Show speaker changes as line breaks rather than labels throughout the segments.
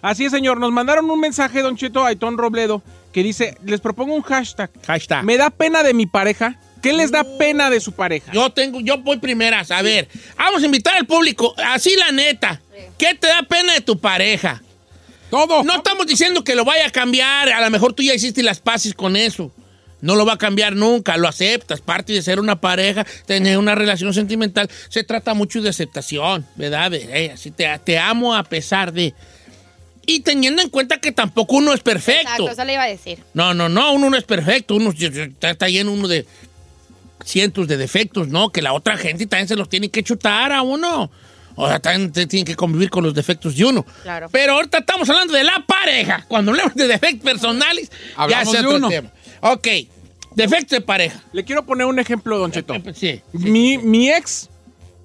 Así es, señor. Nos mandaron un mensaje, Don Cheto Aitón Robledo, que dice: Les propongo un hashtag.
Hashtag.
Me da pena de mi pareja. ¿Qué les da pena de su pareja?
Yo tengo, yo voy primeras. A ver, vamos a invitar al público. Así la neta. ¿Qué te da pena de tu pareja?
Todo.
No estamos diciendo que lo vaya a cambiar. A lo mejor tú ya hiciste las paces con eso. No lo va a cambiar nunca, lo aceptas. Parte de ser una pareja, tener una relación sentimental, se trata mucho de aceptación, ¿verdad? De, eh, así te, te amo a pesar de. Y teniendo en cuenta que tampoco uno es perfecto.
Exacto, eso le iba a decir.
No, no, no, uno no es perfecto, uno está, está lleno uno de cientos de defectos, ¿no? Que la otra gente también se los tiene que chutar a uno. O sea, también te- tienen que convivir con los defectos de uno.
Claro.
Pero ahorita estamos hablando de la pareja. Cuando hablamos de defectos personales,
Hablamos
ya es
de
otro
uno.
tema. Ok, defectos de pareja.
Le quiero poner un ejemplo, Don Cheto.
Eh, Sí.
Mi, mi ex,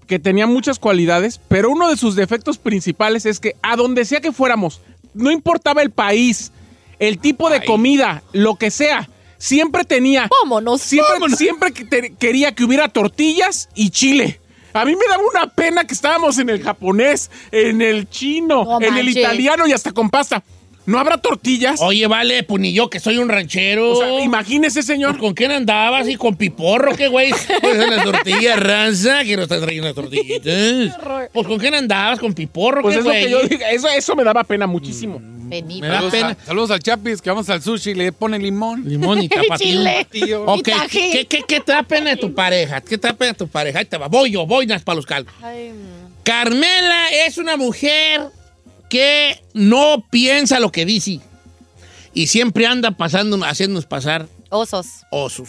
que tenía muchas cualidades, pero uno de sus defectos principales es que a donde sea que fuéramos, no importaba el país, el tipo de
Ay.
comida, lo que sea, siempre tenía.
Vámonos.
Siempre, siempre que te- quería que hubiera tortillas y chile. A mí me daba una pena que estábamos en el japonés, en el chino,
No
en el
manches.
italiano y hasta con pasta. ¿No habrá tortillas?
Oye, vale, pues ni yo que soy un ranchero.
O sea, imagínese,
Pues,
señor.
¿Con quién andabas? ¿Y con Piporro? ¿Qué güey? Pues en las tortillas, ranza, que nos está trayendo las tortillitas.
horror.
Pues ¿con quién andabas? ¿Con Piporro?
Pues
¿Qué
es lo que
güey?
yo digo. Eso, eso me daba pena muchísimo.
Vení,
Me da
vamos.
pena.
Sa- Mm, Saludos al Chapis, que vamos al sushi y le pone limón.
Limón y tapatío.
Chile.
Tío.
Ok,
Y tajín.
¿Qué, qué, qué te da pena de tu pareja? ¿Qué te da pena de tu pareja? Ahí te va. Voy yo, voy Nas para los caldos.
Ay, mm,
Carmela es una mujer que no piensa lo que dice y siempre anda pasando, haciéndonos pasar
Osos.
osos.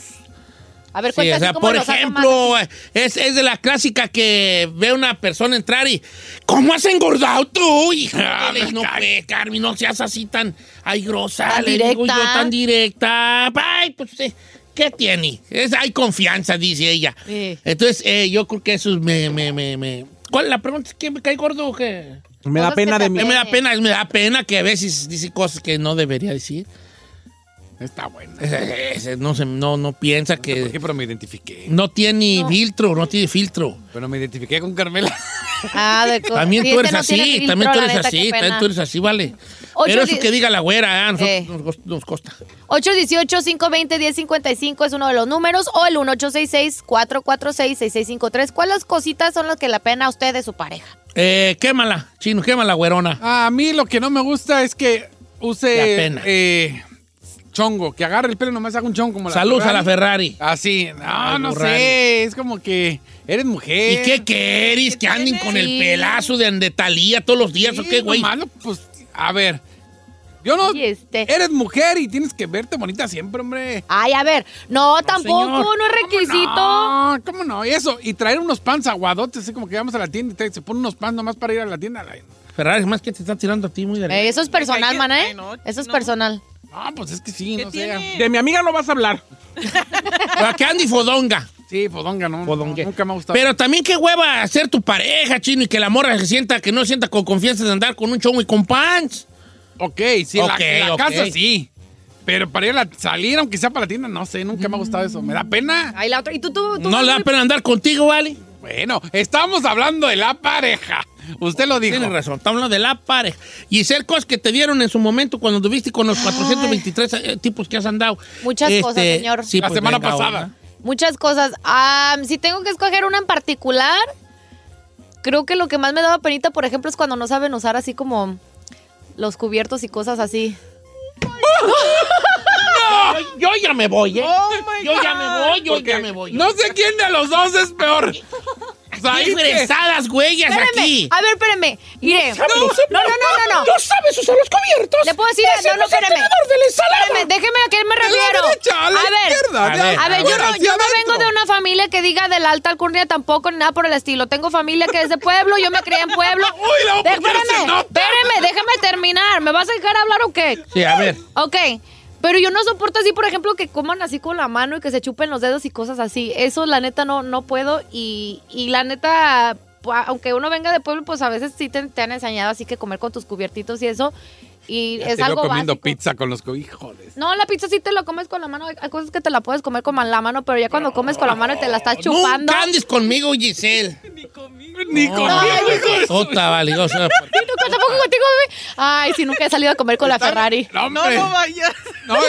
A ver,
Sí, o
cuéntanos
sea,
cómo
por
los hace
ejemplo, es, es de la clásica que ve una persona entrar y ¿cómo has engordado tú? Hija, Le digo, no, pues, Carmen, no seas así tan ay grosa,
Tan
le digo yo
directa.
tan directa. Ay, pues eh, ¿qué tiene? Es, hay confianza, dice ella.
Sí.
Entonces, eh, yo creo que eso es me, me, me, me- ¿Cuál la pregunta es que me cae gordo o qué?
Me da
Cosas que
pena
te
de mí.
Eh, Me da
Sí.
pena, me da pena que a veces dice cosas que no debería decir.
Está bueno.
Ese- ese No, se, no, no piensa
¿Por qué?
que
Pero me identifiqué.
no tiene filtro, no tiene filtro.
Pero me identifiqué con Carmela.
Ah, de co-
También
Sí,
tú
este
eres
no tiene
así,
filtro,
también tú
la
eres
neta, qué
así, también
pena.
tú eres así, vale.
Ocho
Pero eso
di-
que diga la güera, ah, nosotros
Eh.
nos, cost- nos costa.
818-520-1055 es uno de los números o el 1866-446-6653. ¿Cuáles cositas son las que la pena a usted de su pareja?
Eh, quémala, chino, quémala, güerona.
A mí lo que no me gusta es que
La
use
pena.
eh, chongo, que agarre el pelo y nomás haga un chongo como la
Saludos a la Ferrari.
Así,
Ah,
no, no
Ferrari.
sé, es como que eres
¿Y
mujer.
qué querís? ¿Que anden con el
Sí.
pelazo de Andetalía todos los días o
Sí,
qué, güey?
nomás lo- pues, a ver, yo no...
Y este-
Eres mujer y tienes que verte bonita siempre, hombre.
Ay, a ver, no, tampoco,
señor.
no es requisito.
No, ¿cómo no? Y eso, y traer unos pants aguadotes, así como que vamos a la tienda y te- se ponen unos pants nomás para ir a la tienda. la-
Ferrari, es más que te está tirando a ti muy de
Eh, eso es personal,
Ay,
man, ¿eh?
ay, no,
eso es
no.
personal.
No, pues es que sí,
¿Qué
no sé.
tiene?
De mi amiga no vas a hablar.
¿A qué Andy Fodonga?
Sí, fodonga, no.
Fodongue.
Nunca me ha gustado.
Pero también qué hueva ser tu pareja, chino, y que la morra se sienta, que no sienta con confianza de andar con un chongo y con pants.
Ok, sí, la-
Ok,
la,
ok.
casa sí. Pero para ir a la- salir, aunque sea para la tienda, no sé, nunca me ha gustado eso. Me
Mm.
da pena.
Ay, la otra. ¿Y tú, tú, tú?
No le da pena andar contigo, ¿vale?
Bueno, estamos hablando de la pareja. Usted lo dijo.
Tienes razón, estamos hablando de la pareja. Y ser cosas que te dieron en su momento cuando tuviste con los 423 tipos que has andado. Este,
Muchas cosas, señor.
sí,
La
pues,
semana
venga,
pasada.
ahora.
Muchas cosas. Ah, si tengo que escoger una en particular, creo que lo que más me daba penita, por ejemplo, es cuando no saben usar así como los cubiertos y cosas así.
¡Ah!
me voy, ¿eh?
Oh, my
yo ya
God.
me voy, yo
Porque
ya me voy.
No sé quién de los dos es peor. O sea, ahí
¡Hay
que-
fresadas huellas
Espérame.
aquí!
A ver, espérame. Mire.
No, no,
no, no, no, no.
sabes usar los cubiertos!
Le puedo decir,
Ese
no, no,
es el
espérame.
tenedor de la ensalada.
Espérame, déjeme a qué me
a la
refiero.
derecha, a la izquierda.
A ver,
A ver, yo, no,
hacia
yo no
adentro.
vengo de una familia que diga de la alta alcurnia tampoco, ni nada por el estilo. Tengo familia que es de pueblo, yo me crié en pueblo.
Uy, la
De-
mujer se
espérame,
nota.
espérame, déjame terminar. ¿Me vas a dejar hablar o qué?
Sí, a ver.
Ok, pero yo no soporto así, por ejemplo, que coman así con la mano y que se chupen los dedos y cosas así. Eso, la neta, no, no puedo. Y, y la neta, pu- aunque uno venga de pueblo, pues a veces sí te, te han enseñado así que comer con tus cubiertitos y eso. Y
Ya
es
te veo
algo
comiendo
básico.
pizza con los cobijones.
No, la pizza sí te la comes con la mano. Hay hay cosas que te la puedes comer con la mano, pero ya cuando comes con la mano y te la estás chupando.
Nunca andes conmigo, Giselle.
Ni con
Sota, vale. o sea,
Ay, nunca, tampoco contigo, bebé. Ay, si nunca he salido a comer con la Ferrari.
No,
No,
hombre.
no vayas.
No, eh,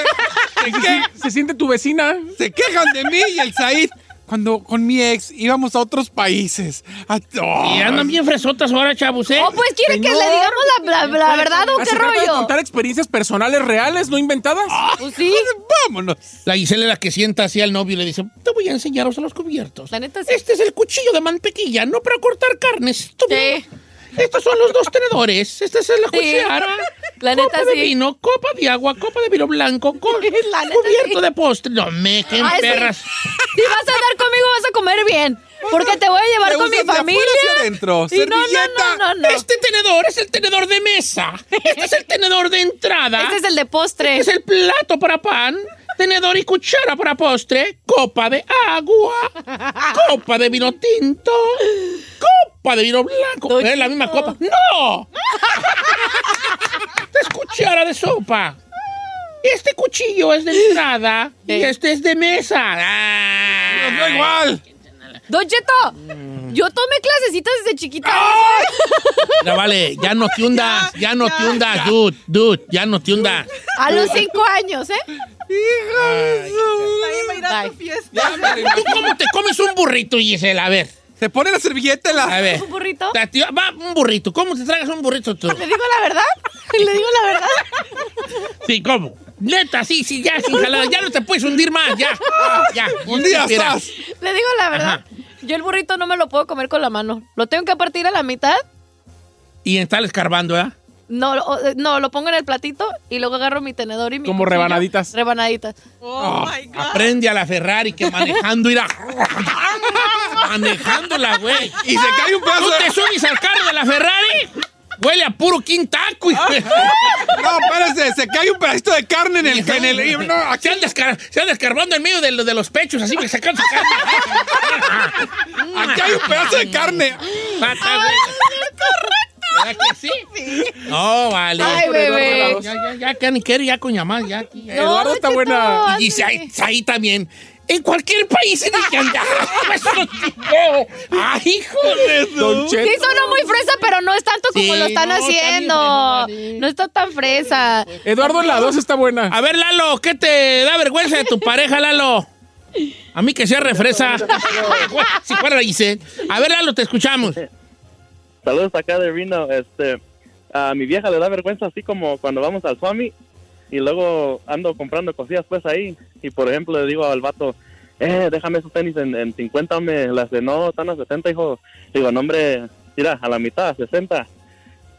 ¿en qué?
Se siente tu vecina.
Se quejan de mí y el Said. Cuando con mi ex íbamos a otros países. A- ¡Oh!
Y andan bien fresotas ahora, chavos, ¿eh?
Oh, pues quieren que le
Señor.
digamos la, la- la verdad o qué
Se trata de
rollo.
contar experiencias personales reales, no inventadas.
Pues sí.
Ah, Vámonos.
La Giselle es la que sienta así al novio y le dice, te voy a enseñar a usar los cubiertos.
La neta sí.
Este es el cuchillo de mantequilla, no para cortar carnes, estúpido.
Sí.
Estos son los dos tenedores. Esta es la cuchara.
La neta
copa de
sí.
vino, copa de agua, copa de vino blanco, co-
La neta
cubierto
sí.
de postre. No me, qué
Ay, sí.
perras.
Si vas a andar conmigo, vas a comer bien. Porque te voy a llevar
Te
con mi
usas de afuera
familia.
hacia adentro,
Y no, no,
servilleta.
no, no, no. Este,
Este tenedor es el tenedor de mesa. Este es el tenedor de entrada.
Este es el de postre.
Es el plato para pan, tenedor y cuchara para postre, copa de agua, copa de vino tinto, copa de vino blanco. ¿Es la misma copa? ¡No! Esta es cuchara de sopa. Este cuchillo es de entrada y este es de mesa. ¡Ah!
Da igual.
Don Cheto, yo tomé clasecitas desde chiquita. ¿eh?
Ya vale, ya no te hundas, ya no te hundas, dude, dude, ya no te hundas.
A los cinco años, ¿eh?
Nadie va a ir a tu
Bye.
fiesta.
Ya, hombre,
¿Tú cómo te comes un burrito, Gisela? A ver,
Se pone la servilleta en la.
a ver.
Un burrito.
Ta- tío, Va, un burrito. ¿Cómo te tragas un burrito tú?
¿Le digo la verdad? ¿Le digo la verdad?
Sí, ¿cómo? Neta, sí, sí, ya, sin jalada. Ya no te puedes hundir más, ya. Ya.
Un día
Mira.
estás.
Le digo la verdad.
Ajá.
Yo el burrito no me lo puedo comer con la mano. Lo tengo que partir a la mitad.
Y estás escarbando, ¿verdad?
No, lo- o- no, lo pongo en el platito y luego agarro mi tenedor y mi
Como
cuchillo.
rebanaditas.
Rebanaditas.
Oh, my God.
Aprende a la Ferrari que manejando irá. Manejándola, güey.
Y se cae un
¿Tú
pedazo
te
de.
subes al carro de la Ferrari? Huele a puro quintaco, hijo.
No, espérese, se cae un pedacito de carne en el. En el y- no, aquí-
se, anda escar- se anda escarbando en medio de, lo- de los pechos, así que sacando carne.
aquí hay un pedazo de carne.
Pata, güey. ¿Verdad que sí? No, vale.
Ay, bebé.
Ya, ya, ya, ya, ni quiero, ya con llamar, ya. aquí, ya.
Eduardo está
Cheto,
buena.
Y dice, ahí,
ándale.
ahí también. En cualquier país en el que andas. Eso no tiene. ¡Ay, hijo de su-
Don
Sí,
Cheto.
sonó muy fresa, pero no es tanto como
Sí,
lo están
no, está bien Pues,
haciendo.
fresa, vale.
no está tan fresa.
Eduardo en la 2 está buena.
A ver, Lalo, ¿qué te da vergüenza de tu pareja, Lalo? A mí que sea refresa. si fuera la Giselle. A ver, Lalo, te escuchamos.
Saludos acá de Reno. Este, a mi vieja le da vergüenza así como cuando vamos al Swami y luego ando comprando cosillas pues ahí. Y por ejemplo le digo al vato, eh, déjame esos tenis en, en 50, me las de no, están a 70, hijo. Digo, no hombre, mira, a la mitad, a 60.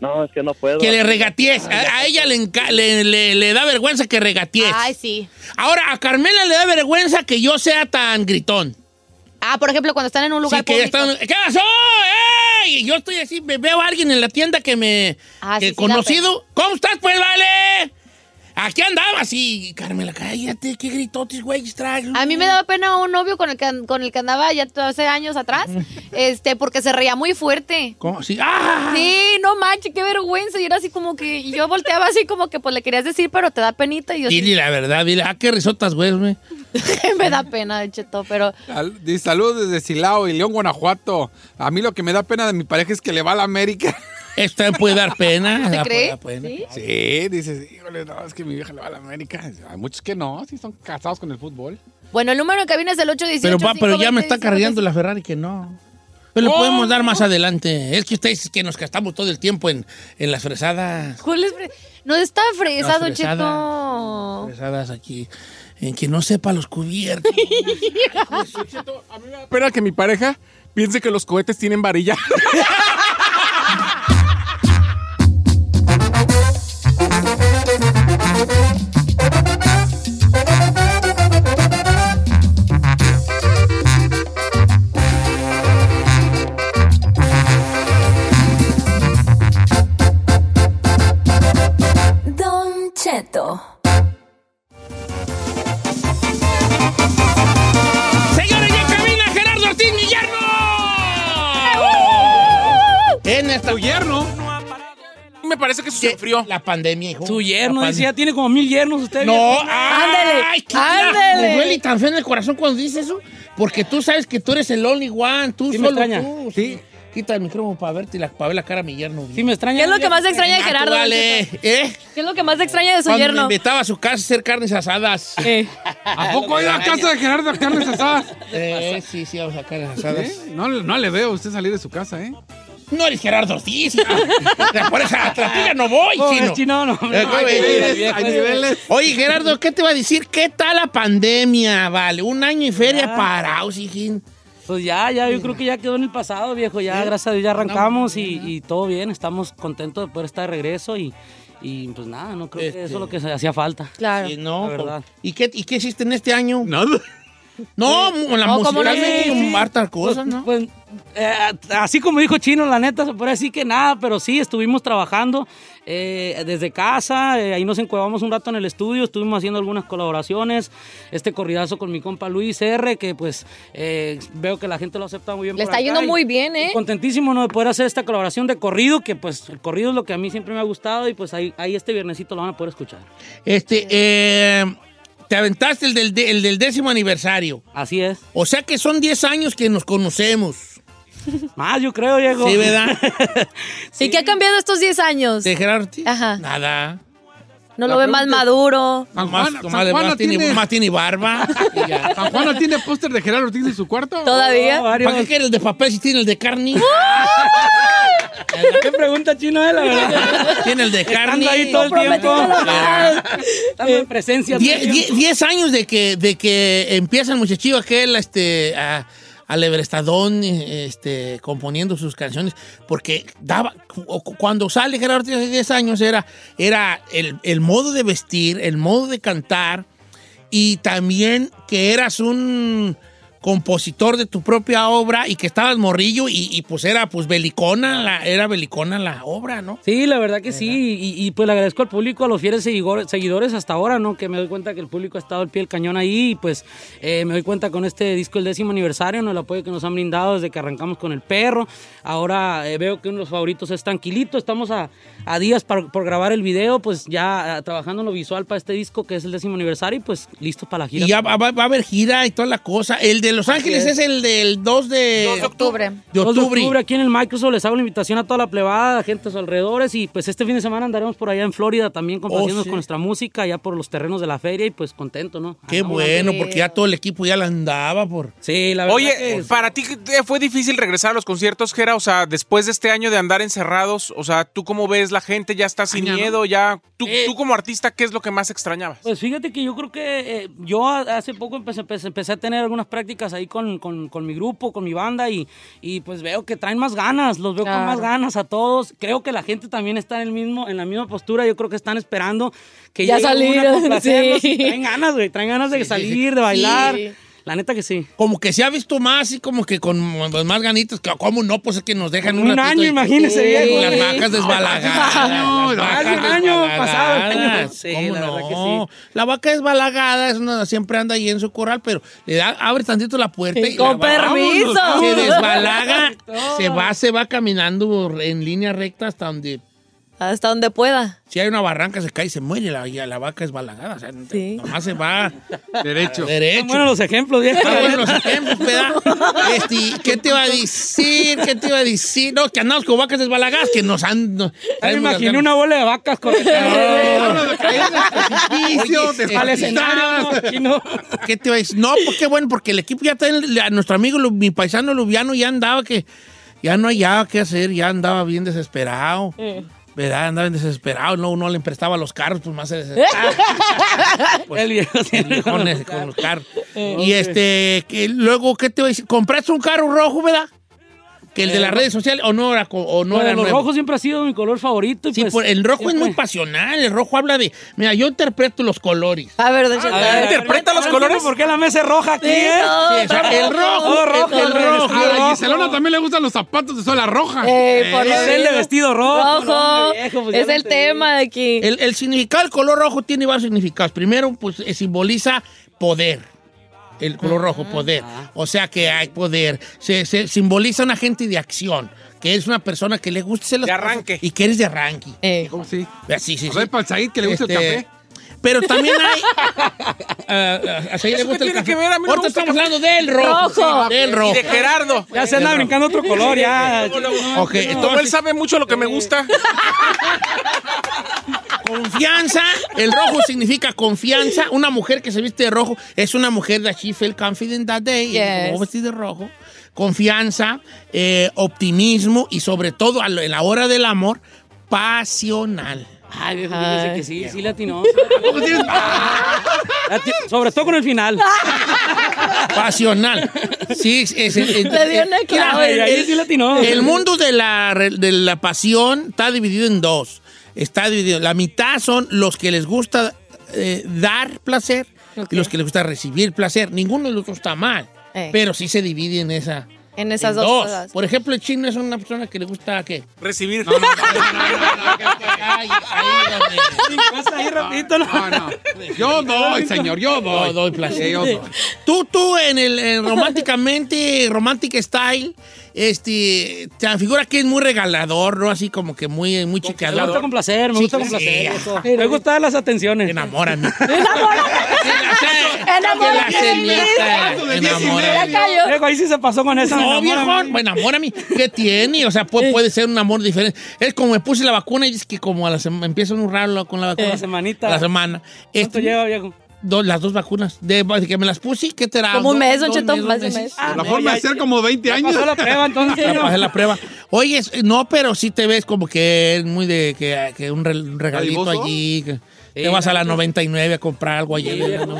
No, es que no puedo.
Que le regatees. A, a ella le, enca- le, le- le da vergüenza que regatees.
Ay, sí.
Ahora, a Carmela le da vergüenza que yo sea tan gritón.
Ah, por ejemplo, cuando están en un lugar
Sí, que ya
público.
están- ¿Qué pasó? ¡Ey! Y Yo estoy así, me veo a alguien en la tienda que me...
Ah,
que
sí, sí,
conocido. ¿Cómo estás, pues, vale? Aquí andabas y... Carmela, cállate, qué gritotes, güey, traes.
A mí me daba pena un novio con el que, an- con el que andaba ya t- hace años atrás, este, porque se reía muy fuerte.
¿Cómo? Sí. ¡Ah!
Sí, no manches, qué vergüenza. Y era así como que y yo volteaba así como que pues le querías decir, pero te da penita. Y yo sí,
Dile la verdad, dile. Ah, qué risotas, güey, güey.
me da pena, el cheto, pero
Sal- di- Saludos desde Silao y León, Guanajuato. A mí lo que me da pena de mi pareja es que le va a la América.
Esta puede dar pena.
¿Te
da-
cree?
da pena.
¿Sí?
Sí, dices, híjole, no, es que mi vieja le va a la América. Hay muchos que no, sí son casados con el fútbol.
bueno, el número que viene es el 818.
Pero, pa, pero ya me
520,
está cargando la Ferrari que no. Pero lo
Oh,
podemos dar más adelante. Es que ustedes dicen que nos gastamos todo el tiempo en, en las fresadas.
¿Cuál es fre- No está fresa,
Las
Don
fresadas.
Cheto.
Fresadas aquí. En que no sepa los cubiertos.
Espera que mi pareja piense que los cohetes tienen varilla.
Don Cheto.
Señores, ya camina Gerardo Ortiz, mi yerno. En esta.
yerno? Me parece que se enfrió.
La pandemia, hijo.
Su yerno,
La
dice, ya
pandemia.
tiene como mil yernos usted.
No,
viejo.
ándale. Ay, qué
ándale.
Me duele tan feo en el corazón cuando dices eso. Porque tú sabes que tú eres el only one. Tú
Sí me
solo
extraña.
tú. Sí. Quita el micrófono para verte la, para ver la cara a mi yerno.
Sí, me extraña.
¿Qué es lo que más extraña de
Ah, tú
Gerardo? don
Dale.
Cheto?
¿Eh?
¿Qué es lo que más extraña de su
Cuando me
yerno?
invitaba a su casa a hacer carnes asadas.
Eh,
¿A poco iba a casa de Gerardo a carnes asadas?
Eh, sí, sí, vamos a carnes asadas.
¿Eh? No, no le veo a usted salir de su casa, ¿eh?
No eres Gerardo Ortiz. hijo. Por esa Atlántida no voy,
oh,
chino.
es chino, no.
Eh,
no,
¿cómo
ay,
ves?
el viejo
Hay
ese.
niveles.
Oye, Gerardo, ¿qué te va a decir? ¿Qué tal la pandemia? Vale, un año y feria para hijín.
Pues ya, ya, yo creo que ya quedó en el pasado, viejo. Ya, gracias a Dios, ya arrancamos y, y todo bien. Estamos contentos de poder estar de regreso y, y pues nada, no creo que eso es lo que se hacía falta.
Claro.
Sí, no,
La
por-
verdad.
¿Y qué, ¿Y qué hiciste en este año?
Nada.
No, mu- la
No,
música
¿cómo no?
musicalmente
Sí, sí.
un hartas
Pues,
cosas, ¿no?
pues, eh, así como dijo Chino, la neta, se puede decir que nada, pero sí, estuvimos trabajando eh, desde casa, eh, ahí nos encuevamos un rato en el estudio, estuvimos haciendo algunas colaboraciones, este corridazo con mi compa Luis R, que pues eh, veo que la gente lo acepta muy bien.
Le
por
está
acá
yendo
y-
muy bien, ¿eh?
y contentísimo ¿no? de poder hacer esta colaboración de corrido, que pues el corrido es lo que a mí siempre me ha gustado y pues ahí, ahí este viernesito lo van a poder escuchar.
Este, eh, te aventaste el del, de- el del décimo aniversario.
Así es.
O sea que son 10 años que nos conocemos.
Más yo creo, Diego.
Sí, ¿verdad?
¿Y qué ha cambiado estos 10 años?
¿De Gerardo Ortiz?
Ajá.
Nada.
No lo ve más maduro.
Más,
San Juana-
más-
San Juana
más tiene,
tiene-
más tiene barba. y ya.
¿San Juana tiene póster de Gerardo Ortiz en su cuarto?
¿Todavía?
No, varios.
¿Para qué quiere el de papel si tiene el de carne?
¿Qué pregunta chino es la verdad?
tiene el de carne.
Estando ahí todo el tiempo. Eh, Estando en presencia. todo el
Die-
tiempo.
die- diez años de que, de que empieza el muchachillo aquel este, a, al Everestadón eh, este, componiendo sus canciones, porque daba, cu- cu- cuando sale Gerardo Ortiz hace 10 años era, era el, el modo de vestir, el modo de cantar y también que eras un compositor de tu propia obra y que estabas morrillo y, y pues era pues belicona, la, era belicona la obra, ¿no?
Sí, la verdad que sí. Y, y, pues le agradezco al público, a los fieles seguidor- seguidores hasta ahora, ¿no? Que me doy cuenta que el público ha estado al pie del cañón ahí. Y pues eh, me doy cuenta con este disco, el décimo aniversario, ¿no? El apoyo que nos han brindado desde que arrancamos con el perro. Ahora eh, veo que uno de los favoritos es Tranquilito. Estamos a, a días par- por grabar el video, pues ya ah, trabajando en lo visual para este disco que es el décimo aniversario y pues listos para la gira.
Y ya va, va- va a haber gira y toda la cosa. El de Los Ángeles es. el del 2 de,
octubre.
de
2
octubre.
de octubre aquí en el Microsoft les hago la invitación a toda la plebada, a gente a sus alrededores y pues este fin de semana andaremos por allá en Florida también compartiendo
Oh, sí.
con nuestra música allá por los terrenos de la feria y pues contento, ¿no?
Qué
Andamos.
bueno, porque ya todo el equipo ya la andaba por.
Sí, la verdad que
Oye,
es-
¿para ti eh, fue difícil regresar a los conciertos, Gera? O sea, después de este año de andar encerrados, o sea, ¿tú cómo ves la gente? ¿Ya está sin
Ay, ya, ¿no?
miedo? ya ¿Tú,
Eh.
tú como artista qué es lo que más extrañabas?
Pues fíjate que yo creo que eh, yo a- hace poco empecé, empecé- empecé a tener algunas prácticas ahí con, con- con mi grupo, con mi banda y, y pues veo que traen más ganas, los veo con
Claro.
más ganas a todos. Creo que la gente también está en, el mismo, en la misma postura, yo creo que están esperando que
Ya
llegue
salir,
alguna a complacerlos.
sí.
Traen ganas, güey, traen ganas de
Sí, sí, sí.
salir, de bailar.
Sí.
La neta que sí.
Como que se ha visto más y como que con más ganitas. que ¿Cómo no? Pues es que nos dejan un,
Un
ratito
año,
y-
imagínese,
y
viejo.
Las vacas desbalagadas. las
año,
vacas
hace un año pasado, el año.
desbalagadas.
Sí,
¿Cómo
la verdad que
no?
sí.
La vaca desbalagada es una, siempre anda ahí en su corral, pero le da, abre tantito la puerta y.
Con
la vaca-
permiso.
Se desbalaga, se va, se va caminando en línea recta hasta donde
Hasta donde pueda.
Si hay una barranca, se cae y se muere. La, ya la vaca es balagada. O sea, no te-
Sí.
nomás se va.
Derecho.
Derecho.
Están buenos los ejemplos, viejo.
Ah, bueno, los ejemplos, ¿verdad? Este, ¿Qué te iba a decir? ¿Qué te iba a decir? No, que andamos con vacas desbalagadas, que nos han... nos-
Ya me
traemos las
imaginé
ganas.
una bola de vacas corriendo.
Oye, este,
Al escenario, chino.
¿Qué te iba a decir? No, pues qué bueno, porque el equipo ya está en- a nuestro amigo, Lu- mi paisano Lubiano, ya andaba que ya no hallaba qué hacer, ya andaba bien desesperado. ¿Verdad? Andaba bien desesperado, no, uno le prestaba los carros, pues más se desesperaba. Pues,
El viejo
el
siempre
viejón
con
ese
los
con los
carros.
carros. Y este, que luego, ¿qué te iba a decir? ¿Compraste un carro rojo, verdad? Que el de las redes sociales, o no era, co- o no
Lo
era
de Eh, Los
nuevo.
rojos siempre ha sido mi color favorito. y
Sí,
pues,
por- el rojo es
siempre-
muy pasional, el rojo habla de, mira, yo interpreto los colores.
A ver, don Cheto.
A ver, a ver,
interpreta
ahora entiendo ¿Por qué la mesa es roja aquí, eh?
Sí, o sea, el Oh, rojo,
Todo rojo,
el
todo
rojo.
rojo.
A Giselona también le gustan los zapatos de sola roja.
Eh,
Eh,
Eh.
por lo
Es el de
menos.
vestido rojo. no,
Rojo.
hombre, viejo, pues ya
es
no
el
te
tema de aquí.
El, el significado del color rojo tiene varios significados. Primero, pues eh, simboliza poder. El color rojo,
Ah.
poder. O sea que hay poder. Se, se simboliza una gente de acción, que es una persona que le gusta hacer las
De
cosas
arranque.
y que eres de arranque. Ah,
Eh,
¿Cómo sí?
Sí, sí,
A
sí.
ver, para el Said, que le gusta
Este,
el café.
Pero también hay. Ah, ah, a Said le
¿Eso
gusta
qué tiene
el café.
que ver? A mí no me gusta
Ahorita estamos hablando del rojo.
Rojo.
sí, del rojo.
Y de Gerardo. Eh,
digo. Ya se anda brincando otro color, ya.
Ok,
Como él
entonces,
sabe mucho lo que me gusta.
confianza. El rojo significa confianza. Una mujer que se viste de rojo es una mujer de She felt confident that day. Y
Yes.
como vestir de rojo. Confianza, eh, optimismo y sobre todo a lo- en la hora del amor, pasional.
Ay, viejo,
Ay.
dice que sí, sí latinó. sí latinó. Lati- Sobre todo con el final.
Pasional. Sí, es, es- es-
Le dio una
mira,
clave.
el-
Ahí sí latinó.
El mundo de la, re- de la pasión está dividido en dos. Está dividido. La mitad son los que les gusta eh, dar placer
Ok.
y los que les gusta recibir placer. Ninguno de los dos está mal,
Eh.
pero sí se divide en esa.
en esas
en
dos, cosas.
Por ejemplo, el chino es una persona que le gusta ¿qué?
Recibir.
Ay, ahí donde-
Pasa ahí rapidito, ¿no?
No, no. Yo doy, señor, yo doy.
Yo doy placer.
Sí, yo doy.
Tú, tú, en el en románticamente, romantic style, este, te figura que es muy regalador, ¿no? Así como que muy, muy
Me gusta
chicalador.
complacer, me gusta
Sí, sí.
complacer. eso. Me gustan las atenciones.
Enamórame. Enamórame.
Enamórame de mí.
Enamórame.
Ya
Enamórame.
cayó.
Luego ahí sí se pasó con esa.
No,
enamórame.
viejón, enamórame. ¿Qué tiene? O sea, pu- puede, ser un amor diferente. Es como me puse la vacuna y es que como a la sema- empieza un raro con la vacuna.
Eh, La semanita.
La semana.
¿Cuánto
Este,
lleva, viejo?
dos- las dos vacunas. De, de que me las puse, ¿qué te era?
Como un
Dos-
mes, don
dos
Cheto,
meses,
más de
dos
un
meses.
mes.
Ah,
La
no,
forma
ya-
de ser como 20
ya
años.
pasó la prueba, entonces.
Ya pasé la prueba. Oye, es- no, pero sí te ves como que es muy de que, que un re- un regalito
¿Dadivoso?
allí. que te
Sí,
vas a la
gracias.
99 a comprar algo allí.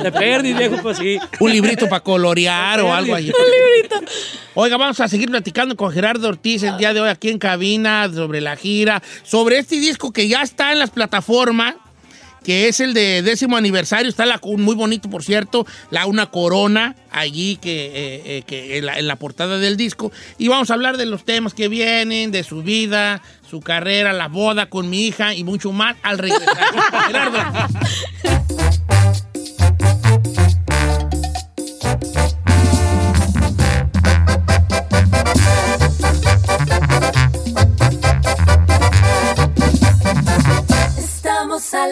Te perdí, viejo, pues sí.
un librito para colorear o algo allí. Oiga, vamos a seguir platicando con Gerardo Ortiz el día de hoy aquí en cabina sobre la gira, sobre este disco que ya está en las plataformas, que es el de décimo aniversario, está la, muy bonito por cierto, la una corona allí que, eh, eh, que en, la, en la portada del disco. Y vamos a hablar de los temas que vienen, de su vida, su carrera, la boda con mi hija y mucho más al regresar. Gerardo Ortiz.
Estamos al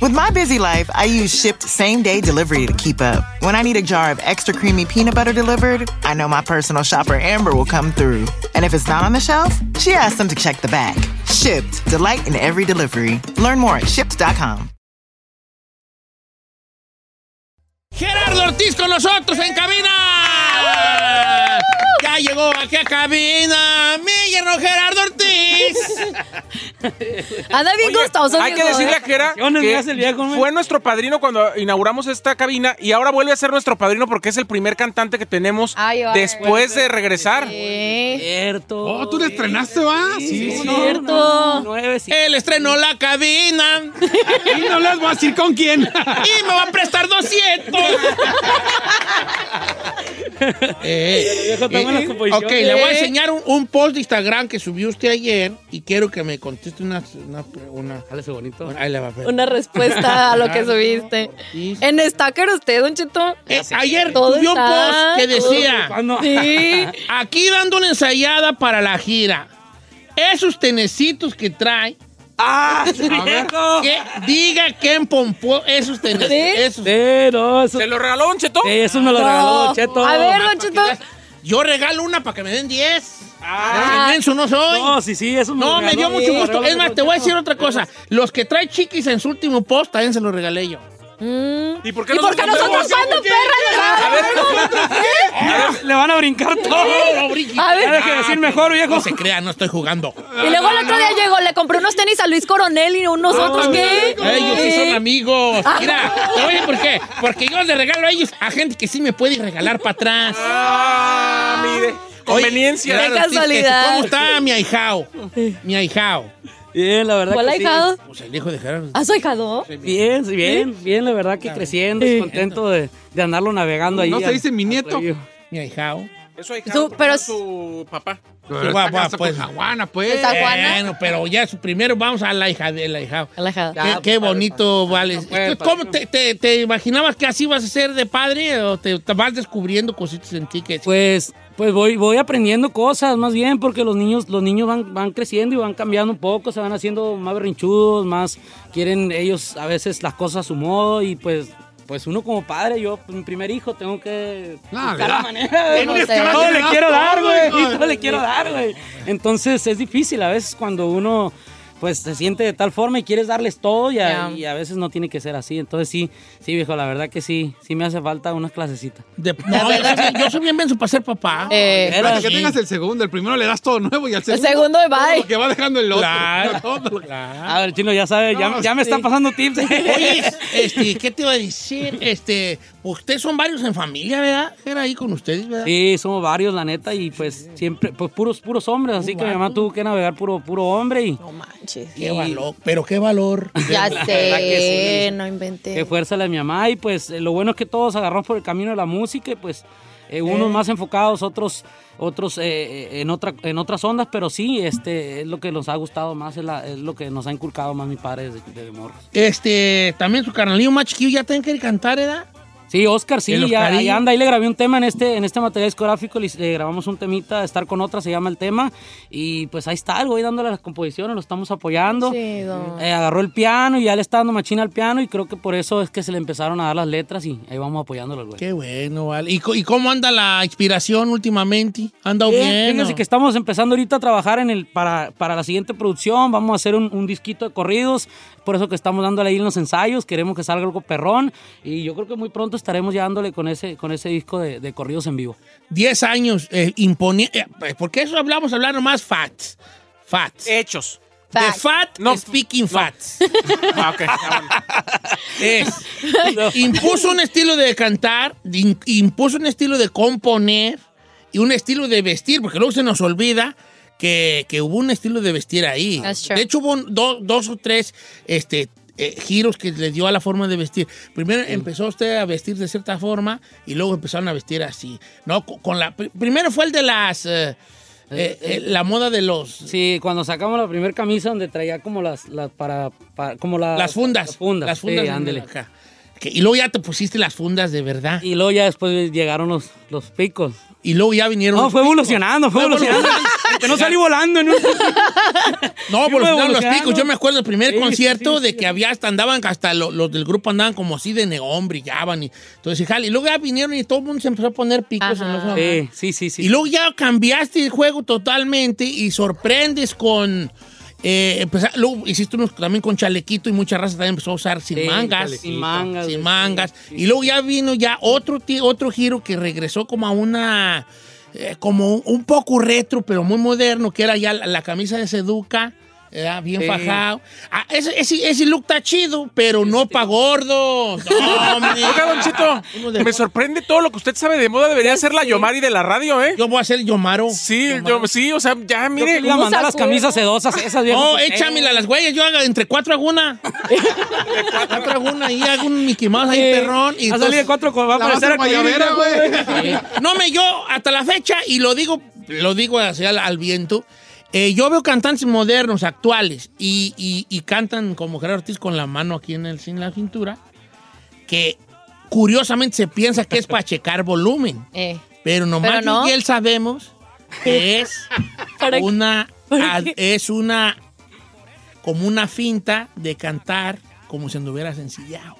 With my busy life, I use shipped same day delivery to keep up. When I need a jar of extra creamy peanut butter delivered, I know my personal shopper Amber will come through. And if it's not on the shelf, she asks them to check the back. Shipped, delight in every delivery. Learn more at shipped.com.
Gerardo Ortiz con nosotros en cabina. Ya llegó aquí a cabina. Mi yerno Gerardo Ortiz.
Anda bien gustoso.
Hay que
viejo,
decirle
¿eh?
a Jera que fue nuestro padrino cuando inauguramos esta cabina y ahora vuelve a ser nuestro padrino porque es el primer cantante que tenemos
Ay, va.
después de regresar.
Cierto.
Oh, tú le estrenaste, va.
Sí,
sí.
cierto.
Él estrenó la cabina.
Y no les voy a decir con quién.
Y me va a prestar 200. Eh,
Viejo, toma
eh,
las composiciones.
ok, le voy a enseñar un, un post de Instagram que subió usted ayer y quiero que me conteste una. una, una
bonito.
Ahí le va a ver.
Una respuesta a lo que subiste. En Stacker usted, Don Cheto.
Eh, ayer
Todo
subió un
está-
post que decía,
todo- Sí.
aquí dando una ensayada para la gira, esos tenecitos que trae, ¡Ah, que diga quién pompó esos tenecitos. Esos.
¿Se
lo regaló Don Cheto?
Eso me lo regaló, Cheto.
A ver, Don Cheto. Yo regalo una para que me den 10. Ah, menso no soy.
No, sí, sí, eso me
No,
lo
me dio
regaló.
mucho
Sí,
gusto.
regalo,
Es más,
Don
te voy a
Cheto.
decir otra cosa. Los que trae chiquis en su último post también se los regalé yo.
¿Y por
qué ¿Y por qué nosotros nosotros cuándo,
cuándo, perra?
Eh, Le van a brincar todo.
A ver.
Deje de decir mejor, viejo.
Oh, No se crea, no estoy jugando.
Y luego el otro día llegó, le compré unos tenis a Luis Coronel y unos otros. ¿Qué?
Ellos sí Ah. son
¿Eh?
amigos. Mira, te voy a decir por qué. Porque yo le regalo a ellos a gente que sí me puede regalar para atrás. Ah, mire. Conveniencia.
Qué casualidad.
¿Cómo está mi ahijao? Mi ahijao.
Bien, la verdad
¿Cuál
que sí.
ahijado?
Pues el hijo de Gerardo.
¿Has ahijado?
Bien, sí, bien, bien, la verdad que creciendo y contento de, de andarlo navegando ahí.
No se
al-
dice mi
al
nieto.
río.
Mi ahijao.
Eso hay
Tú, pero es-
su papá.
Sí, guau, guau, pues.
Juana, pues.
¿Está Juana?
Bueno, pero ya su- primero vamos a la hija de la hija.
A la hija.
Qué, qué bonito, vale.
pues,
¿Cómo te, te- te imaginabas que así vas a ser de padre o te, te vas descubriendo cositas en ti que
Pues, pues voy, voy aprendiendo cosas más bien porque los niños, los niños van, van creciendo y van cambiando un poco, se van haciendo más berrinchudos, más quieren ellos a veces las cosas a su modo y pues, pues uno como padre, yo pues, mi primer hijo tengo que buscar
Ah, ¿verdad?
la manera. de-
En este caso
Todo
le
le
das
quiero
todo,
dar,
hijo de
güey. Todo le
tu
quiero
madre.
dar, güey. Entonces es difícil a veces cuando uno pues se siente de tal forma y quieres darles todo y
Ya.
a, y a veces no tiene que ser así. Entonces sí, sí viejo, la verdad que sí, sí me hace falta unas clasecitas.
De- no, yo, yo soy bien menso para ser papá.
Eh,
Hasta que
Sí.
tengas el segundo, el primero le das todo nuevo y al
El
segundo.
segundo de bye.
Lo que va dejando el otro.
Claro.
Todo.
A ver, chino, ya sabe, ya, ya me están pasando tips.
Oye, este, ¿qué te iba a decir? Este, ustedes son varios en familia, ¿verdad? Era ahí con ustedes, ¿verdad?
Sí, somos varios, la neta, y pues siempre, pues puros, puros hombres, así que mi mamá tuvo que navegar puro, puro hombre y
No manches.
Qué valor, pero qué valor.
Ya
La verdad que
sé,
sí.
no inventé.
qué fuerza la de mi mamá. Y pues eh, lo bueno es que todos agarramos por el camino de la música, y pues eh, unos más enfocados, otros, otros eh, eh, en otra, en otras ondas, pero sí, este, es lo que nos ha gustado más, es, la- es lo que nos ha inculcado más mi padre desde, desde morros.
Este, también su carnalillo más chiquillo ya tienen que cantar, ¿verdad?
Sí, Oscar, sí,
El
ya,
Oscarín.
ahí anda, ahí le grabé un tema en este, en este material discográfico, le, le grabamos un temita, estar con otra, se llama el tema, y pues ahí está, voy dándole las composiciones, lo estamos apoyando.
Chido.
Eh, agarró el piano y ya le está dando machina al piano y creo que por eso es que se le empezaron a dar las letras y ahí vamos apoyándolo al güey.
Qué bueno, vale. ¿Y, co- y cómo anda la inspiración últimamente? ¿Anda
Bien,
bien?
fíjense
o?
que estamos empezando ahorita a trabajar en el, para, para la siguiente producción, vamos a hacer un, un disquito de corridos, por eso que estamos dándole ahí en los ensayos, queremos que salga algo perrón y yo creo que muy pronto estaremos ya dándole con ese, con ese disco de- de corridos en vivo.
10 años eh, imponiendo. porque eso hablamos, hablar nomás facts. Facts.
Hechos.
The fat speaking facts. Ah, Es. Impuso un estilo de cantar, in- impuso un estilo de componer y un estilo de vestir, porque luego se nos olvida que, que hubo un estilo de vestir ahí. De hecho, hubo un- do- dos o tres este, eh, giros que le dio a la forma de vestir. Primero empezó usted a vestir de cierta forma y luego empezaron a vestir así. No, Co- con la, pri- primero fue el de las... eh, eh, eh, la moda de los...
Sí, cuando sacamos la primera camisa donde traía como las, las para, para- como las,
Las fundas.
Las fundas,
Las fundas
sí,
de-
ándele.
acá. Que- y luego ya te pusiste las fundas de verdad.
Y luego ya después llegaron los, los picos.
Y luego ya vinieron
No,
los
fue
picos.
evolucionando, fue
Fue
evolucionando.
evolucionando.
que no salí volando, ¿no?
No,
Yo me
evolucionaron los
evolucionaron.
picos. Yo me acuerdo del primer
Sí,
concierto
sí, sí,
de que había hasta andaban, hasta lo- los del grupo andaban como así de neón, brillaban y entonces, jale. Y luego ya vinieron y todo el mundo se empezó a poner picos en los
Sí, sí, sí, sí.
Y luego ya cambiaste el juego totalmente y sorprendes con. eh, empeza- luego hiciste unos también con chalequito y mucha raza también empezó a usar sin
Sí,
mangas.
chalequito. Sin mangas,
Sin
sí,
mangas. Y luego ya vino ya otro, ti- otro giro que regresó como a una. eh, como un, un poco retro, pero muy moderno, que era ya la, la camisa de Seduca. eh, bien
Sí.
fajado. Ah, ese, ese- ese look está chido, pero no pa' gordo. No, hombre.
Oiga, Don
Ah,
Cheto, me sorprende todo lo que usted sabe de moda. Debería ser la Yomari de la radio, ¿eh?
Yo voy a ser Yomaro.
Sí, yo- sí, o sea, ya, mire.
quería mandar las camisas sedosas esas, viejo.
No, Oh,
eh.
échamela a las güeyes. Yo hago entre cuatro hago una. cuatro hago una y hago un Mickey Mouse ahí,
Sí.
perrón. Y
Va a salir de cuatro con- va a
La
aparecer
vas a
arcoíris,
guayabera,
güey.
güey. No me, yo hasta la fecha, y lo digo, lo digo hacia al, al viento, eh, yo veo cantantes modernos, actuales, y, y- y cantan como Gerardo Ortiz con la mano aquí en el sin la cintura, que curiosamente se piensa que es para checar volumen.
Eh.
Pero nomás
Pero no.
yo y él sabemos que es una ad- es una como una finta de cantar como si anduvieras sencillado.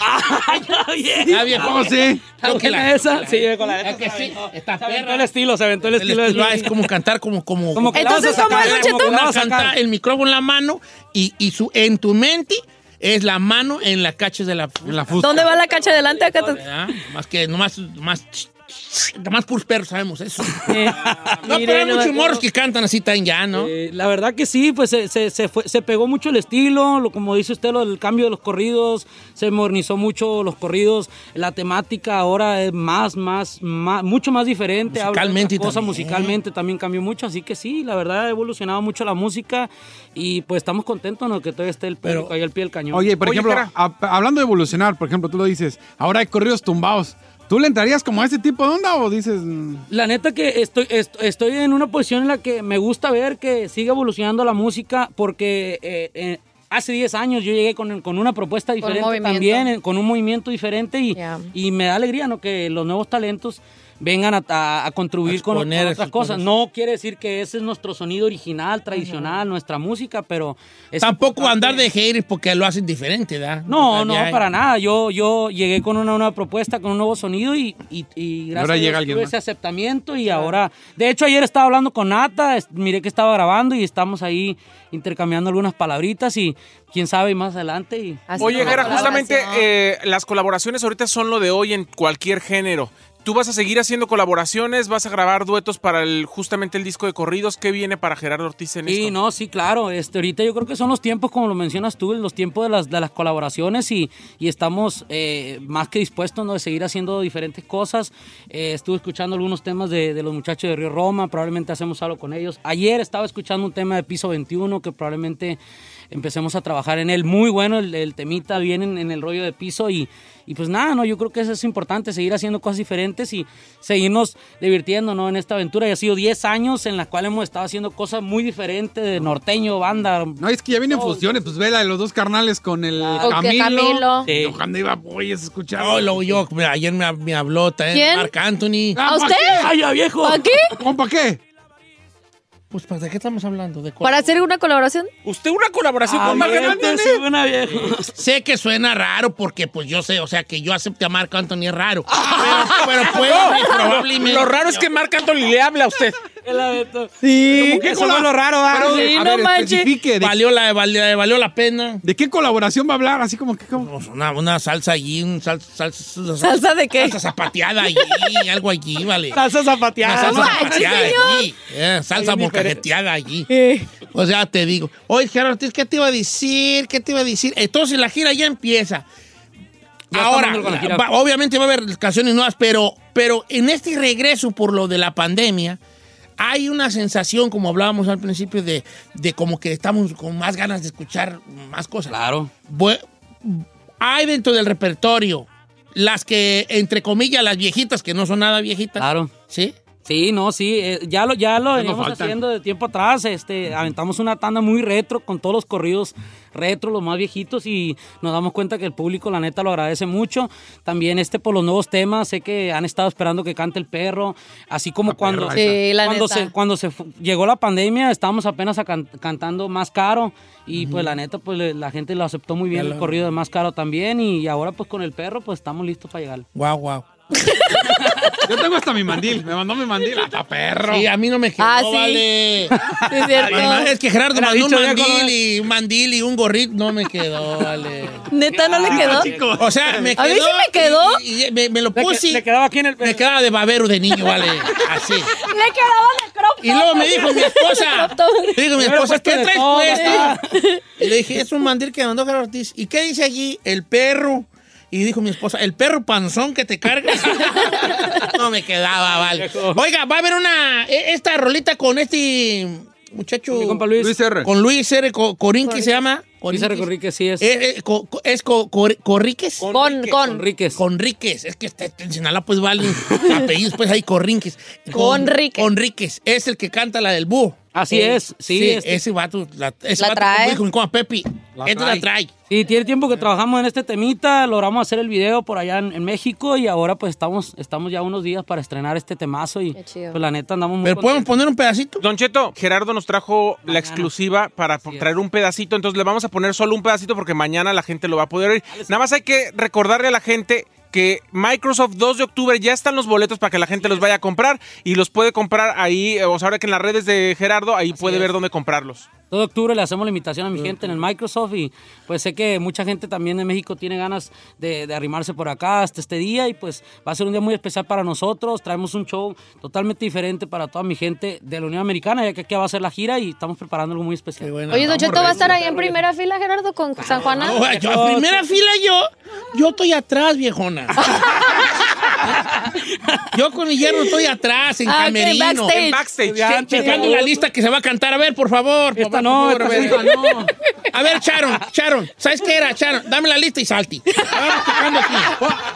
Oh, Está bien,
¿Cómo sí?
Creo
¿Está
que
buena
la-
esa?
la-
Sí, con la
Es que sí, está
Se aventó
perra.
el estilo, se aventó el
El
estilo.
estilo
del-
es como cantar como como,
Como que la Entonces, vas a
como
¿cómo sacar, es, Don como que la Cheto? vas a
cantar
sacar.
el micrófono en la mano y, y su en tu mente es la mano en la cacha de la en la
¿Dónde va la cacha adelante acá? atrás?
¿verdad? Más que nomás más más puros perros sabemos eso. no, pero hay
Mire, no me
muchos
acuerdo.
morros que cantan así tan ya, ¿no?
Eh, la verdad que sí, pues se, se- se fue- se pegó mucho el estilo, lo, como dice usted, lo, el cambio de los corridos, se modernizó mucho los corridos, la temática ahora es más, más, más mucho más diferente. habla de otras
Musicalmente
cosas,
también.
musicalmente también cambió mucho, así que sí, la verdad ha evolucionado mucho la música y pues estamos contentos ¿no? que todavía esté el público ahí al pie del cañón.
Oye, por ejemplo,
cara,
a- hablando de evolucionar, por ejemplo, tú lo dices, ahora hay corridos tumbados. ¿Tú le entrarías como a ese tipo de onda o dices... mm,
La neta que estoy, est- estoy en una posición en la que me gusta ver que siga evolucionando la música porque eh, eh, hace 10 años yo llegué con, con una propuesta
un
diferente
movimiento.
también, eh, con un movimiento diferente y,
Ya.
y me da alegría ¿no? que los nuevos talentos vengan a, a- a contribuir con, con
exponer
otras
sus
cosas.
cosas.
No quiere decir que ese es nuestro sonido original, tradicional, nuestra música, pero... Es
Tampoco
importante.
andar de haters porque lo hacen diferente, ¿da?
No, no,
Ya,
para nada. Yo, yo llegué con una nueva propuesta, con un nuevo sonido y, y- y gracias
ahora
a Dios
llega alguien
tuve
más.
ese aceptamiento y ahora... De hecho, ayer estaba hablando con Nata, es- miré que estaba grabando y estamos ahí intercambiando algunas palabritas y quién sabe y más adelante. Y...
Oye, Jera,
era
justamente eh, las colaboraciones ahorita son lo de hoy en cualquier género. ¿Tú vas a seguir haciendo colaboraciones? ¿Vas a grabar duetos para el, justamente el disco de corridos? ¿Qué viene para Gerardo Ortiz en
Sí,
esto?
no, sí, claro. Este, ahorita yo creo que son los tiempos, como lo mencionas tú, los tiempos de las, de las colaboraciones y, y estamos eh, más que dispuestos ¿no? de seguir haciendo diferentes cosas. Eh, estuve escuchando algunos temas de, de los muchachos de Río Roma, probablemente hacemos algo con ellos. Ayer estaba escuchando un tema de Piso 21 que probablemente empecemos a trabajar en él. Muy bueno el, el temita, bien en, en el rollo de piso y, y pues nada, no, yo creo que eso es importante, seguir haciendo cosas diferentes y seguirnos divirtiendo, ¿no? En esta aventura. Ya ha sido 10 años en las cuales hemos estado haciendo cosas muy diferentes de norteño, banda.
No, es que ya
Oh,
vienen fusiones, pues vela de los dos carnales con el
Ok,
Camilo.
Camilo. Sí. Oh,
Y Ojalá iba, voy a escuchar.
No, oh, luego yo, mira, ayer me, me habló también
¿Quién?
Marc Anthony.
Ah, ¿A ¿pa' usted? qué?
¡Ay, ya, viejo!
¿Para qué?
¿Para qué?
Pues, ¿para qué estamos hablando? ¿De
¿Para hacer una colaboración?
¿Usted una colaboración
pues,
con Marc Anthony?
una vieja.
Sé que suena raro porque, pues, yo sé, o sea, que yo acepte a Marc Anthony es raro. Pero, pero puede, probablemente.
Lo raro es que Marc Anthony le habla a usted.
Sí.
¿Cómo que
eso
cola-
fue lo raro, ¿ah?
Pero, a ver, especifique, de,
Valió la, valió, valió la pena. Pues,
¿de qué colaboración va a hablar? Así como que... como-
Una, una salsa allí, un sal- salsa, salsa,
¿Salsa de qué?
Salsa zapateada allí, algo allí, vale.
Salsa
Una
zapateada.
salsa
Ah, ¿no?
zapateada allí. eh, salsa
Ahí mi Eh.
molcajeteada allí. O sea, te digo. Oye, Gerardo Ortiz, ¿qué te iba a decir? ¿Qué te iba a decir? Entonces la gira ya empieza.
Ya
Ahora,
estamos con la gira.
va- obviamente va a haber canciones nuevas, pero, pero en este regreso por lo de la pandemia, hay una sensación, como hablábamos al principio, de, de como que estamos con más ganas de escuchar más cosas.
Claro.
hay dentro del repertorio las que, entre comillas, las viejitas, que no son nada viejitas.
Claro.
¿Sí?
Sí, no, sí, eh, ya lo, ya lo
nos
veníamos
faltan.
haciendo de tiempo atrás, este, aventamos una tanda muy retro con todos los corridos retro, los más viejitos y nos damos cuenta que el público la neta lo agradece mucho, también este por los nuevos temas, sé que han estado esperando que cante el perro, así como cuando,
ahí está. Sí, la
cuando
neta.
se, cuando se fu- llegó la pandemia estábamos apenas a can- cantando más caro y pues la neta pues le- la gente lo aceptó muy bien
Ya
el
lo-
corrido de más caro también y ahora pues con el perro pues estamos listos para llegar.
Guau, guau.
Yo tengo hasta mi mandil. Me mandó mi mandil. Hasta perro.
Sí, a mí no me quedó,
Ah, sí.
vale.
Sí, es cierto.
Además, es que Gerardo
Era
mandó un
dicho, viejo,
mandil
¿no?
y un mandil y un gorrito. No me quedó, vale.
¿Neta no le
Ah,
quedó?
O sea, me quedó.
A mí sí me quedó.
y- y- me, me lo
que-
puse.
le
quedaba aquí en el
Me quedaba de babero de niño, vale. Así.
Le quedaba la crop
Y luego me dijo mi esposa. Me dijo mi
Me hubiera
esposa,
puesto
¿qué
de
traes
todo,
puesta? Y le dije, es un mandil que mandó Gerardo Ortiz. ¿Y qué dice allí? El perro. Y dijo mi esposa, el perro panzón que te cargas. no me quedaba, vale. Oiga, va a haber una. e- Esta rolita con este muchacho.
Luis R.
Con Luis R. Co- Corinqui se llama.
Luis R. Corrique, sí es.
Es, co- co- es co- cor- Corriques.
Con- con.
Conríquez.
Conríquez. Es que está en Sinaloa, pues vale. apellidos, pues hay Corrinques. Conríquez. Conríquez. Es el que canta la del búho.
Así es, sí, este-
Ese vato. La, ese
La
vato,
trae.
como dijo mi compa Pepi. este la trae.
Sí, tiene tiempo que trabajamos en este temita, logramos hacer el video por allá en, en México y ahora pues estamos, estamos ya unos días para estrenar este temazo y pues la neta andamos muy contentos.
poner un pedacito?
Don Cheto, Gerardo nos trajo la exclusiva para po- traer un pedacito, entonces le vamos a poner solo un pedacito porque mañana la gente lo va a poder oír. Nada más hay que recordarle a la gente que Microsoft 2 de octubre ya están los boletos para que la gente los vaya a comprar y los puede comprar ahí, eh, o sea, ahora que en las redes de Gerardo, ahí puede
es.
ver dónde comprarlos.
Todo octubre le hacemos la invitación a mi gente en el Microsoft y pues sé que mucha gente también de México tiene ganas de, de arrimarse por acá hasta este día y pues va a ser un día muy especial para nosotros. Traemos un show totalmente diferente para toda mi gente de la Unión Americana ya que aquí va a ser la gira y estamos preparando algo muy especial.
Oye, Don Cheto, ¿va a estar ahí en primera fila, Gerardo, con San Juana?
No, yo a primera fila yo, yo estoy atrás, viejona. yo con el hierro estoy atrás, en
Ah, ok,
camerino.
backstage. En
backstage.
Che- Checando
Sí.
la lista que se va a cantar. A ver, por favor. por
no,
favor,
esta
a ver. A ver, Charon, Charon. ¿Sabes qué era, Charon? Dame la lista y salti. Vamos checando aquí.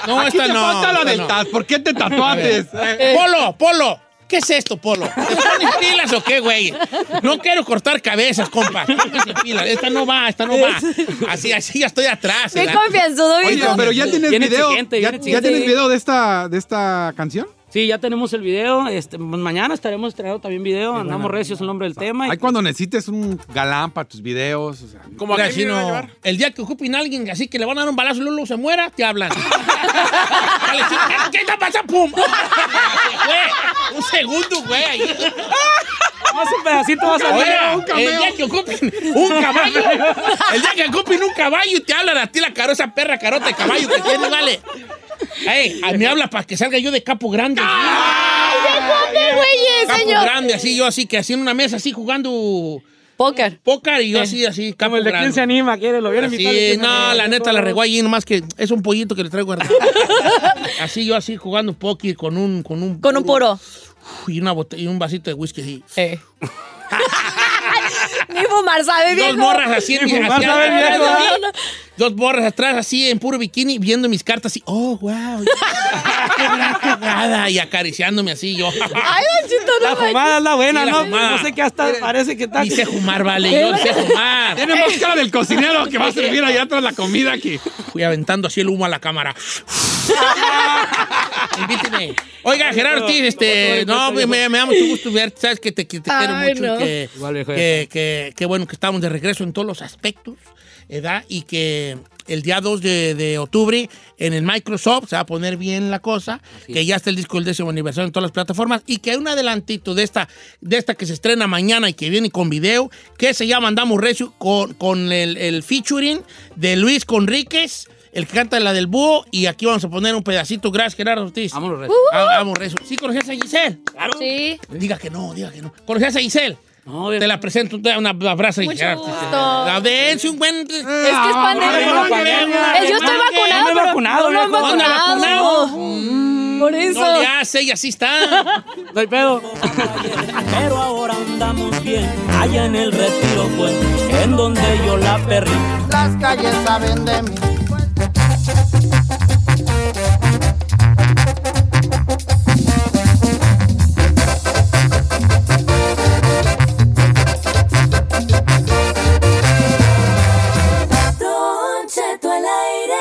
No,
Aquí
esta
te
no.
falta la
esta
del
no.
tat- ¿Por qué te Eh,
A ver.
tatuates?
Polo, Polo. ¿Qué es esto, Polo? ¿Te pones pilas o qué, güey? No quiero cortar cabezas, compa. Pónganse pilas. Esta no va, esta no va. Así, así ya estoy atrás.
Qué
¿verdad?
confianzudo,
Oye,
viejo.
pero ya tienes
Viene
video.
exigente,
¿Ya,
viene
ya
exigente.
tienes video de esta, de esta canción?
Sí, ya tenemos el video. Este, mañana estaremos estrenando también video. Andamos recios el nombre del tema. y-
Ahí cuando necesites un galán para tus videos. O sea,
Como
Mira,
aquí
si no-
El día que ocupen a alguien así que le van a dar un balazo y luego se muera, te hablan. Dale, sí, ¿qué- ¿Qué está pasando? ¡Pum! Se fue. Un segundo, güey. ahí.
Más un pedacito vas a
Oiga,
ver.
El día que ocupen un caballo, el día que ocupen un caballo y te hablan a ti la carosa perra carota de caballo que tiene, vale. Ey, a mí habla para que salga yo de capo grande. ¡Ah,
¡Come, güeyes,
Capo
señor!
grande, así yo así, que así en una mesa, así jugando...
Póker.
Póker y yo así, así, capo
el de
grande.
quién se anima, quiere, lo vieron
Así, no, la neta la regó allí, nomás que es un pollito que le traigo guardado. así yo así jugando póker con un con un
Con un puro.
y una botella, y un vasito de whisky así.
Ni fumar, ¿sabe, viejo?
Dos morras así, en
Ni
mi-
fumar,
así
¿sabe,
atrás de
viejo?
mí. Dos morras atrás así en puro bikini viendo mis cartas así. Oh, wow. Qué gran jugada y acariciándome así yo.
Ay, Don Cheto, no
La fumada es la buena,
Sí, la
¿no?
fumada.
No sé qué hasta parece que está.
Y sé fumar, vale, yo sé fumar.
Tiene más cara del cocinero que va a servir allá atrás la comida que.
Fui aventando así el humo a la cámara. Invíteme. Oiga, Gerardo Ortiz, este, no, me, me- me da mucho gusto verte. Sabes que te, que te quiero
Ay,
mucho.
no.
y Que,
Igual, viejo.
que, que- que bueno que estamos de regreso en todos los aspectos, ¿verdad? Y que el día 2 de, de octubre en el Microsoft se va a poner bien la cosa, que ya está el disco del décimo aniversario en todas las plataformas y que hay un adelantito de esta, de esta que se estrena mañana y que viene con video, que se llama Andamos Recio, con, con el, el featuring de Luis Conríquez. El que canta la del búho y aquí vamos a poner un pedacito. Gracias, Gerardo Ortiz.
Vámonos, Recio.
Vamos, Recio. ¿Sí conocías a Giselle? Claro.
Sí.
Diga que no, diga que no. ¿Conocías a Giselle?
No,
Te la presento, te da un abrazo y
Mucho
ya.
gusto. Ah,
La de él, sí, un buen. Es que es
es pandemia. Eh, yo estoy vacunado,
No me he
pero
vacunado,
no me he
viejo.
¿Dónde
vacunado.
vacunado?
Por eso.
No le hace y así está.
No hay pedo. pero ahora andamos bien. Allá en el retiro fue en donde yo la perdí.
Las calles saben de mí.
Don Cheto al aire.